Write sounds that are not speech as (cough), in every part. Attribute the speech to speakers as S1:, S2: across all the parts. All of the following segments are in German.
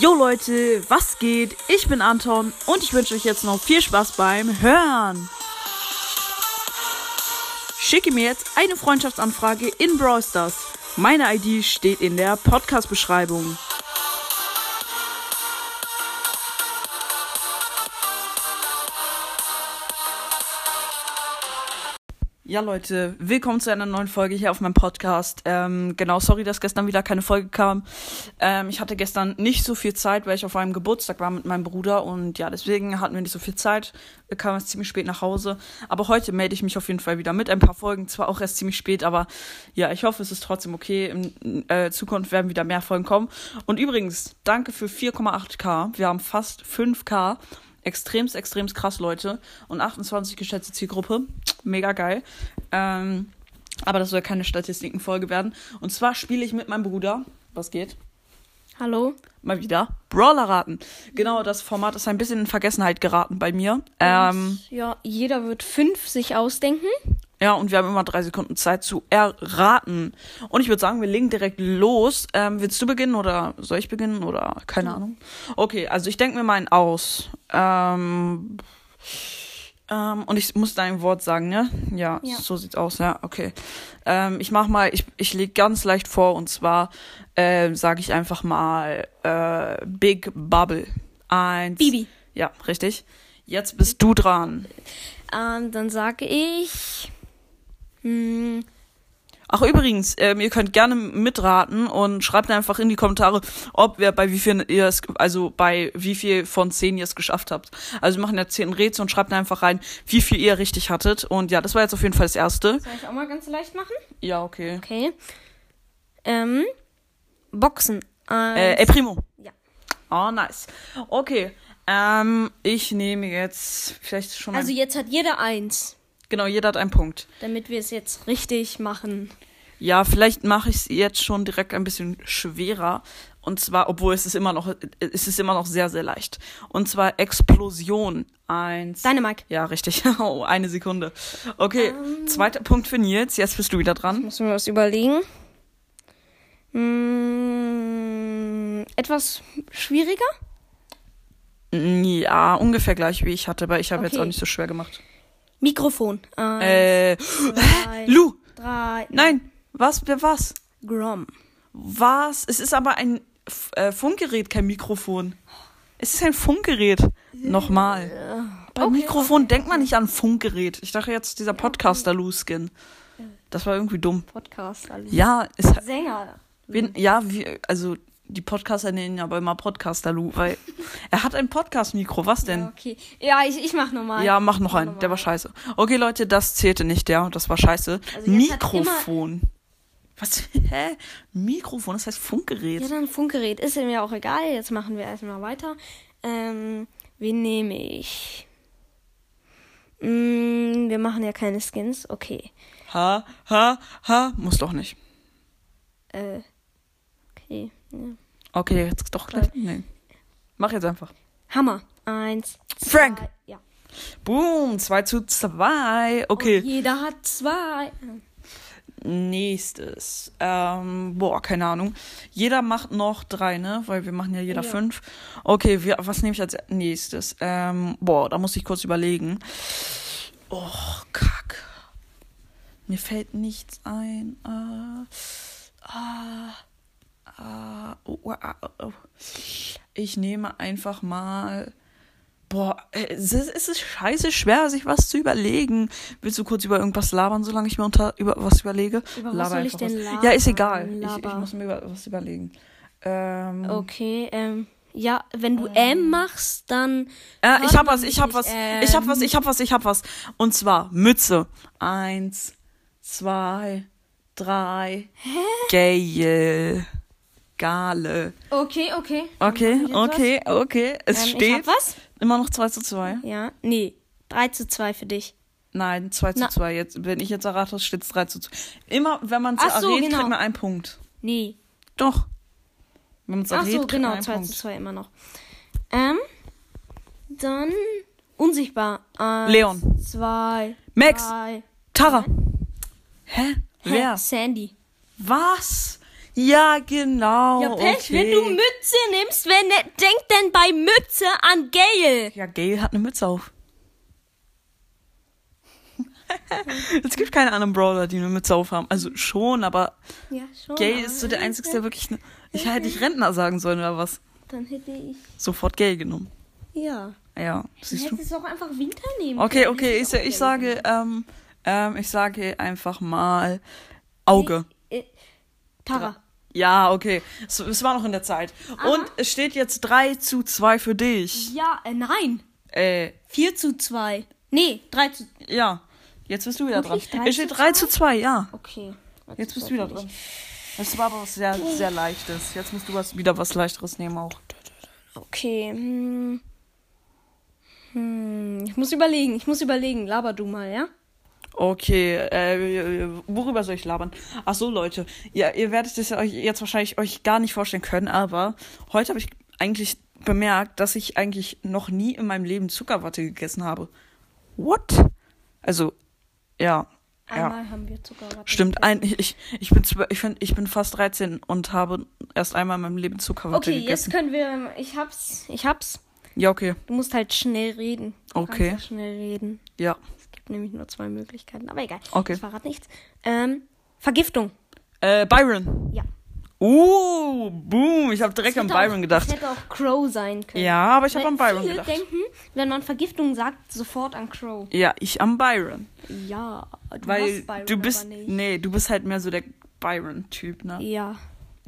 S1: Jo Leute, was geht? Ich bin Anton und ich wünsche euch jetzt noch viel Spaß beim Hören. Schicke mir jetzt eine Freundschaftsanfrage in Brawl Stars. Meine ID steht in der Podcast-Beschreibung. Ja, Leute, willkommen zu einer neuen Folge hier auf meinem Podcast. Ähm, genau, sorry, dass gestern wieder keine Folge kam. Ähm, ich hatte gestern nicht so viel Zeit, weil ich auf einem Geburtstag war mit meinem Bruder und ja, deswegen hatten wir nicht so viel Zeit. Wir kamen erst ziemlich spät nach Hause. Aber heute melde ich mich auf jeden Fall wieder mit ein paar Folgen. Zwar auch erst ziemlich spät, aber ja, ich hoffe, es ist trotzdem okay. In äh, Zukunft werden wieder mehr Folgen kommen. Und übrigens, danke für 4,8k. Wir haben fast 5k extremst, extremst krass, Leute. Und 28 geschätzte Zielgruppe. Mega geil. Ähm, aber das soll keine Statistikenfolge werden. Und zwar spiele ich mit meinem Bruder. Was geht?
S2: Hallo?
S1: Mal wieder. Brawler raten. Genau, das Format ist ein bisschen in Vergessenheit geraten bei mir. Ähm,
S2: Ja, jeder wird fünf sich ausdenken.
S1: ja, und wir haben immer drei Sekunden Zeit zu erraten. Und ich würde sagen, wir legen direkt los. Ähm, willst du beginnen oder soll ich beginnen oder keine Ahnung? Okay, also ich denke mir meinen aus. Ähm, ähm, und ich muss dein Wort sagen, ne? Ja,
S2: Ja.
S1: so sieht's aus, ja, okay. Ähm, ich mach mal, ich, ich leg ganz leicht vor und zwar ähm, sage ich einfach mal äh, Big Bubble. Eins.
S2: Bibi.
S1: Ja, richtig. Jetzt bist du dran.
S2: Ähm, dann sage ich. Hm,
S1: Ach übrigens, ähm, ihr könnt gerne mitraten und schreibt einfach in die Kommentare, ob wer bei wie viel ihr es, also bei wie viel von zehn ihr es geschafft habt. Also wir machen ja zehn Rätsel und schreibt einfach rein, wie viel ihr richtig hattet. Und ja, das war jetzt auf jeden Fall das erste.
S2: soll ich auch mal ganz leicht machen?
S1: Ja, okay.
S2: Okay. Ähm, Boxen. Ähm,
S1: Äh, El Primo.
S2: Ja.
S1: Oh, nice. Okay. Ähm, ich nehme jetzt vielleicht schon mal.
S2: also jetzt hat jeder eins,
S1: genau, jeder hat einen Punkt.
S2: damit wir es jetzt richtig machen.
S1: Ja, vielleicht mache ich es jetzt schon direkt ein bisschen schwerer. Und zwar, obwohl es ist immer noch, es ist immer noch sehr, sehr leicht. Und zwar Explosion. Eins.
S2: Dynamite.
S1: ja, richtig. (laughs) Oh, eine Sekunde. Okay,
S2: Ähm.
S1: zweiter Punkt für Nils. Jetzt bist du wieder dran.
S2: Muss mir was überlegen. Hm, etwas schwieriger?
S1: Ja, ungefähr gleich wie ich hatte, aber ich habe jetzt
S2: Okay.
S1: auch nicht so schwer gemacht.
S2: Mikrofon. Eins,
S1: Äh,
S2: zwei,
S1: Lu!
S2: drei.
S1: Nein! Was? Wer was?
S2: Grom.
S1: Was? Es ist aber ein F äh, Funkgerät, kein Mikrofon. Es ist ein Funkgerät. Nochmal. Beim Mikrofon denkt man nicht an Funkgerät. Ich dachte jetzt dieser Podcaster Loose-Skin. Das war irgendwie dumm.
S2: Podcast. alles.
S1: Ja, es,
S2: Sänger.
S1: bin, ja, wir, also die Podcaster nennen ihn aber immer Podcaster Lou,
S2: (laughs)
S1: weil er hat ein Podcast-Mikro. Was denn?
S2: Ja, okay. Ja, ich, ich mach nochmal.
S1: Ja, mach noch einen. Der war scheiße. Okay, Leute, das zählte nicht, der. Das war scheiße.
S2: Also jetzt hat
S1: Mikrofon. Was? Hä? Mikrofon, das heißt Funkgerät.
S2: Ja, dann Funkgerät. Ist mir auch egal. Jetzt machen wir erstmal weiter. Ähm, wen nehme ich? Mm, wir machen ja keine Skins. Okay.
S1: Ha, ha, ha. Muss doch nicht.
S2: Äh, okay. Ja.
S1: Okay, jetzt doch gleich. Nee. Äh, Mach jetzt einfach.
S2: Hammer. Eins.
S1: Frank.
S2: Zwei. Ja.
S1: Boom, 2 zu 2.
S2: Okay.
S1: Okay,
S2: Oh,
S1: Mhm.
S2: Jeder hat zwei.
S1: nächstes. Ähm, boah, keine Ahnung. Jeder macht noch drei, ne? Weil wir machen ja jeder
S2: Ja.
S1: fünf. Okay, wir, was nehme ich als nächstes? Ähm, boah, da muss ich kurz überlegen. Oh, kack. Mir fällt nichts ein. Äh, ah, ah, oh, oh, oh, oh. Ich nehme einfach mal. Boah, äh, es ist, es ist scheiße schwer, sich was zu überlegen. Willst du kurz über irgendwas labern, solange ich mir unter über was überlege?
S2: Über was soll ich
S1: einfach
S2: denn
S1: was. Ja, ist egal.
S2: labern?
S1: Ich, ich
S2: Laber.
S1: muss mir über was überlegen. Ähm,
S2: Okay, ähm. Ja, wenn du M machst, dann.
S1: äh, ich
S2: hört
S1: hab
S2: man
S1: was, ich
S2: dich
S1: hab
S2: nicht.
S1: was,
S2: Ähm,
S1: ich hab was, ich hab was, ich hab was. Und zwar Mütze. Eins, zwei, drei. Geil. Gale.
S2: Okay, okay. Dann
S1: Okay,
S2: mach ich jetzt was.
S1: okay, okay. Es
S2: Ähm, Ich
S1: steht
S2: hab was?
S1: immer noch 2 zu 2.
S2: Ja, nee. 3 zu 2 für dich.
S1: Nein, 2 zu
S2: Na.
S1: 2. Jetzt, wenn ich jetzt errate, steht es 3 zu 2. Immer, wenn man es
S2: Ach
S1: errät,
S2: so, genau.
S1: kriegt man einen Punkt.
S2: Nee.
S1: Doch. Wenn man es
S2: Ach
S1: errät,
S2: so,
S1: kriegt man
S2: genau,
S1: einen
S2: 2
S1: Punkt.
S2: zu 2 immer noch. Ähm, dann unsichtbar. Eins,
S1: Leon.
S2: Zwei. Ah,
S1: Max.
S2: Drei.
S1: Tara. Hä? Wer?
S2: Sandy.
S1: Was? Ja, genau.
S2: Ja, Pech,
S1: okay.
S2: wenn du Mütze nimmst, wer ne, denkt denn bei Mütze an Gail?
S1: Ja, Gail hat eine Mütze auf. (laughs) es gibt keine anderen Brawler, die eine Mütze auf haben. Also schon, aber
S2: Ja, schon.
S1: Gail
S2: aber-
S1: ist so der Einzige, der wirklich. Ne ich hätte nicht Rentner sagen sollen oder was.
S2: Dann hätte ich.
S1: Sofort Gail genommen.
S2: Ja.
S1: Ja,
S2: Dann
S1: siehst du.
S2: hättest du auch einfach Winter nehmen
S1: Okay,
S2: können.
S1: okay, ich, sa- ich sage, ähm, ähm, ich sage einfach mal Auge.
S2: Äh, äh, Tara.
S1: Ja, okay. Es, es war noch in der Zeit. Und es steht jetzt 3 zu 2 für dich.
S2: Ja, äh, nein.
S1: Äh,
S2: 4 zu 2. Nee, 3 zu.
S1: ja. Jetzt bist du wieder dran.
S2: Wirklich? 3
S1: Es steht
S2: zu
S1: 3 zu 2, ja.
S2: Okay.
S1: Jetzt bist du wieder dran. Das war aber was sehr, sehr Leichtes. Jetzt musst du was, wieder was Leichteres nehmen auch.
S2: Okay. Hm. Hm. Ich muss überlegen, ich muss überlegen. Laber du mal, ja?
S1: Okay, äh, worüber soll ich labern? Ach so, Leute, ja, ihr werdet es euch jetzt wahrscheinlich euch gar nicht vorstellen können, aber heute habe ich eigentlich bemerkt, dass ich eigentlich noch nie in meinem Leben Zuckerwatte gegessen habe. What? Also, ja, ja,
S2: Einmal haben wir Zuckerwatte.
S1: stimmt. Ein, ich, ich, bin, zwölf- ich, bin, ich bin fast 13 und habe erst einmal in meinem Leben Zuckerwatte
S2: Okay, jetzt
S1: gegessen.
S2: können wir. Ich hab's. Ich hab's.
S1: Ja, okay,
S2: Du musst halt schnell reden. Du kannst
S1: Okay.
S2: ja Schnell reden.
S1: ja.
S2: Es gibt nämlich nur zwei Möglichkeiten. Aber egal.
S1: Okay.
S2: Ich verrate nichts. Ähm, Vergiftung.
S1: Äh, Byron.
S2: Ja.
S1: Uh, boom, ich habe direkt an
S2: Hätte
S1: Byron
S2: auch,
S1: gedacht.
S2: Das hätte auch Crow sein können.
S1: Ja, aber ich
S2: Weil
S1: habe an Byron
S2: viele
S1: gedacht.
S2: denken, wenn man Vergiftung sagt, sofort an Crow.
S1: Ja, ich am Byron.
S2: Ja, du
S1: Weil
S2: hast Byron
S1: du bist.
S2: aber nicht.
S1: Nee, du bist halt mehr so der Byron-Typ, ne?
S2: Ja,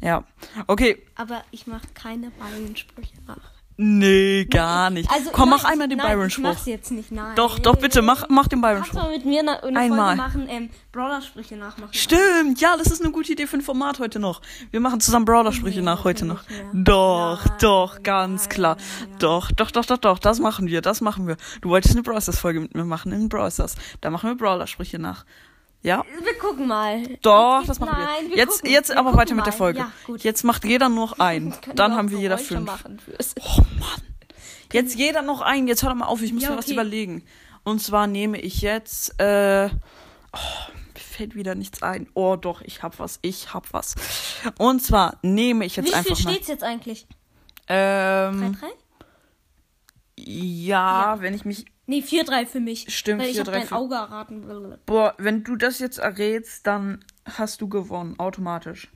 S1: Ja. Okay.
S2: aber ich mache keine Byron-Sprüche nach.
S1: Nee, gar nicht.
S2: Also,
S1: Komm,
S2: nein,
S1: mach einmal den
S2: nein, Ich mach's
S1: Byron-Spruch.
S2: jetzt nicht, nein.
S1: Doch, doch, bitte, mach, mach den
S2: Kannst du
S1: Byron-Spruch.
S2: mal mit mir eine, eine
S1: Einmal.
S2: Folge machen, ähm, Brawler-Sprüche nachmachen?
S1: Stimmt, ja, das ist eine gute Idee für ein Format heute noch. Wir machen zusammen Brawler-Sprüche nach heute noch.
S2: nicht mehr.
S1: Doch,
S2: Nein,
S1: doch, ganz klar. Doch, doch, doch, doch, doch, das machen wir, das machen wir. Du wolltest eine Brawlers-Folge mit mir machen in Brawlers. Da machen wir Brawler-Sprüche nach. Ja?
S2: Wir gucken mal.
S1: Doch,
S2: Jetzt-
S1: das machen
S2: nein,
S1: wir.
S2: wir.
S1: Jetzt,
S2: gucken.
S1: jetzt
S2: Wir
S1: aber
S2: gucken
S1: weiter mit der
S2: mal.
S1: Folge.
S2: Ja, gut.
S1: Jetzt macht jeder noch einen.
S2: Wir (laughs) können
S1: Dann
S2: überhaupt
S1: haben wir jeder
S2: Geräusche
S1: fünf.
S2: Machen fürs-
S1: Oh Mann. Jetzt jeder noch einen. Jetzt hör doch mal auf, ich muss
S2: Ja,
S1: mir was
S2: okay.
S1: überlegen. Und zwar nehme ich jetzt. Äh, oh, mir fällt wieder nichts ein. Oh doch, ich hab was. Ich hab was. Und zwar nehme ich jetzt
S2: Wie viel
S1: einfach mal.
S2: steht's jetzt eigentlich? 3-3?
S1: Ähm, ja, wenn ich mich.
S2: Nee, 4-3 für mich.
S1: Stimmt,
S2: Weil ich hab
S1: 4-3
S2: dein
S1: für-
S2: Auge erraten. will.
S1: Boah, wenn du das jetzt errätst, dann hast du gewonnen, automatisch.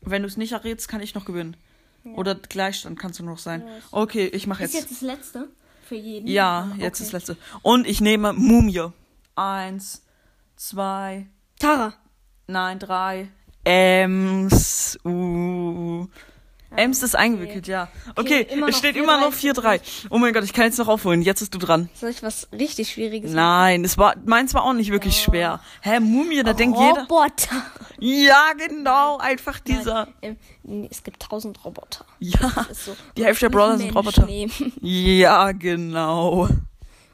S1: Wenn du es nicht errätst, kann ich noch gewinnen. Oder Gleichstand kannst du noch sein. Okay, ich mache
S2: Ist
S1: jetzt.
S2: jetzt das letzte für jeden?
S1: Ja, jetzt das letzte. Und ich nehme Mumie. Eins, zwei,
S2: Tara.
S1: nein, drei. Ems. Uh. Ems ist eingewickelt, ja. Okay,
S2: Ah, Okay, immer
S1: es
S2: noch
S1: steht
S2: 4-3
S1: immer noch
S2: für
S1: 4-3. Oh mein Gott, ich kann jetzt noch aufholen. Jetzt bist du dran.
S2: Soll ich was richtig Schwieriges
S1: Nein, es war, meins war auch nicht wirklich
S2: Oh.
S1: schwer. Hä, Mumie, da denkt jeder.
S2: Roboter.
S1: Ja, genau, einfach dieser.
S2: Nein, ähm, nee, es gibt tausend Roboter.
S1: Ja,
S2: Das ist so.
S1: die Hälfte der
S2: Nicht
S1: Brawler sind
S2: Mensch
S1: Roboter.
S2: nehmen. (laughs)
S1: Ja, genau.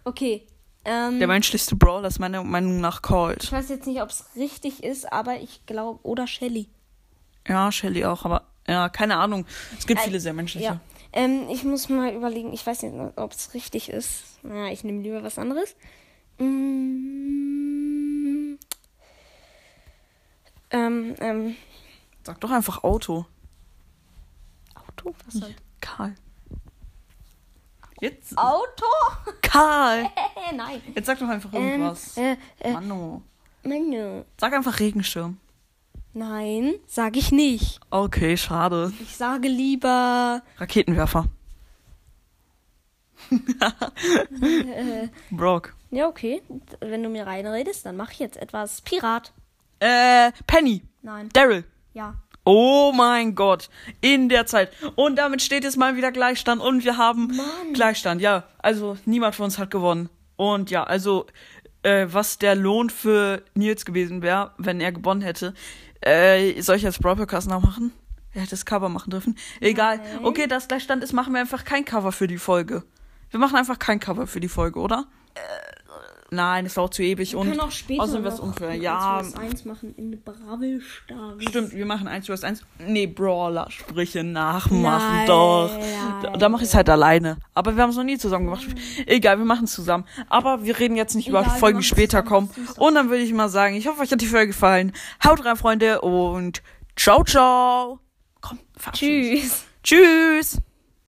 S2: Okay. Ähm,
S1: Der menschlichste Brawler ist meiner Meinung nach Colt.
S2: ich weiß jetzt nicht, ob es richtig ist, aber ich glaube. Oder Shelly.
S1: Ja, Shelly auch, aber ja, keine Ahnung. Es gibt
S2: Äh,
S1: viele sehr menschliche.
S2: Ja. Ähm, ich muss mal überlegen, ich weiß nicht, ob es richtig ist. Naja, ich nehme lieber was anderes. Mm. Ähm, ähm,
S1: Sag doch einfach Auto.
S2: Auto? Was soll
S1: Karl. Jetzt.
S2: Auto? (laughs)
S1: Karl!
S2: Äh, nein.
S1: Jetzt sag doch einfach
S2: Ähm,
S1: irgendwas.
S2: äh, äh,
S1: Manu.
S2: meine.
S1: Sag einfach Regenschirm.
S2: Nein, sage ich nicht.
S1: Okay, schade.
S2: Ich sage lieber.
S1: Raketenwerfer. (laughs)
S2: Äh,
S1: Brock.
S2: Ja, okay. Wenn du mir reinredest, dann mache ich jetzt etwas. Pirat.
S1: Äh, Penny.
S2: Nein.
S1: Daryl.
S2: Ja.
S1: Oh mein Gott, in der Zeit. Und damit steht es mal wieder Gleichstand und wir haben Gleichstand. Ja, also niemand von uns hat gewonnen. Und ja, also äh, was der Lohn für Nils gewesen wäre, wenn er gewonnen hätte. Äh, soll ich jetzt Broadcast noch machen? Er hätte das Cover machen dürfen. Egal. Okay, das Gleichstand ist, machen wir einfach kein Cover für die Folge. Wir machen einfach kein Cover für die Folge, oder? Nein, ist auch zu ewig und
S2: Äh. Können auch später.
S1: außerdem wäre es unfair. Ja,
S2: eins machen in Bravel Stars.
S1: Stimmt, wir machen 1 vs 1. Nee, Brawler, Sprüche nachmachen,
S2: Nein.
S1: doch. Da, da mache ich es halt alleine. Aber wir haben es noch nie zusammen gemacht. Egal, wir machen es zusammen. Aber wir reden jetzt nicht über
S2: Egal, wir
S1: Folgen, die
S2: machen's
S1: später
S2: zusammen.
S1: kommen.
S2: Das ist süß.
S1: Und dann würde ich mal sagen, ich hoffe, euch hat die Folge gefallen. Haut rein, Freunde, und Ciao, ciao. Komm, verabschiede dich.
S2: Tschüss.
S1: Tschüss.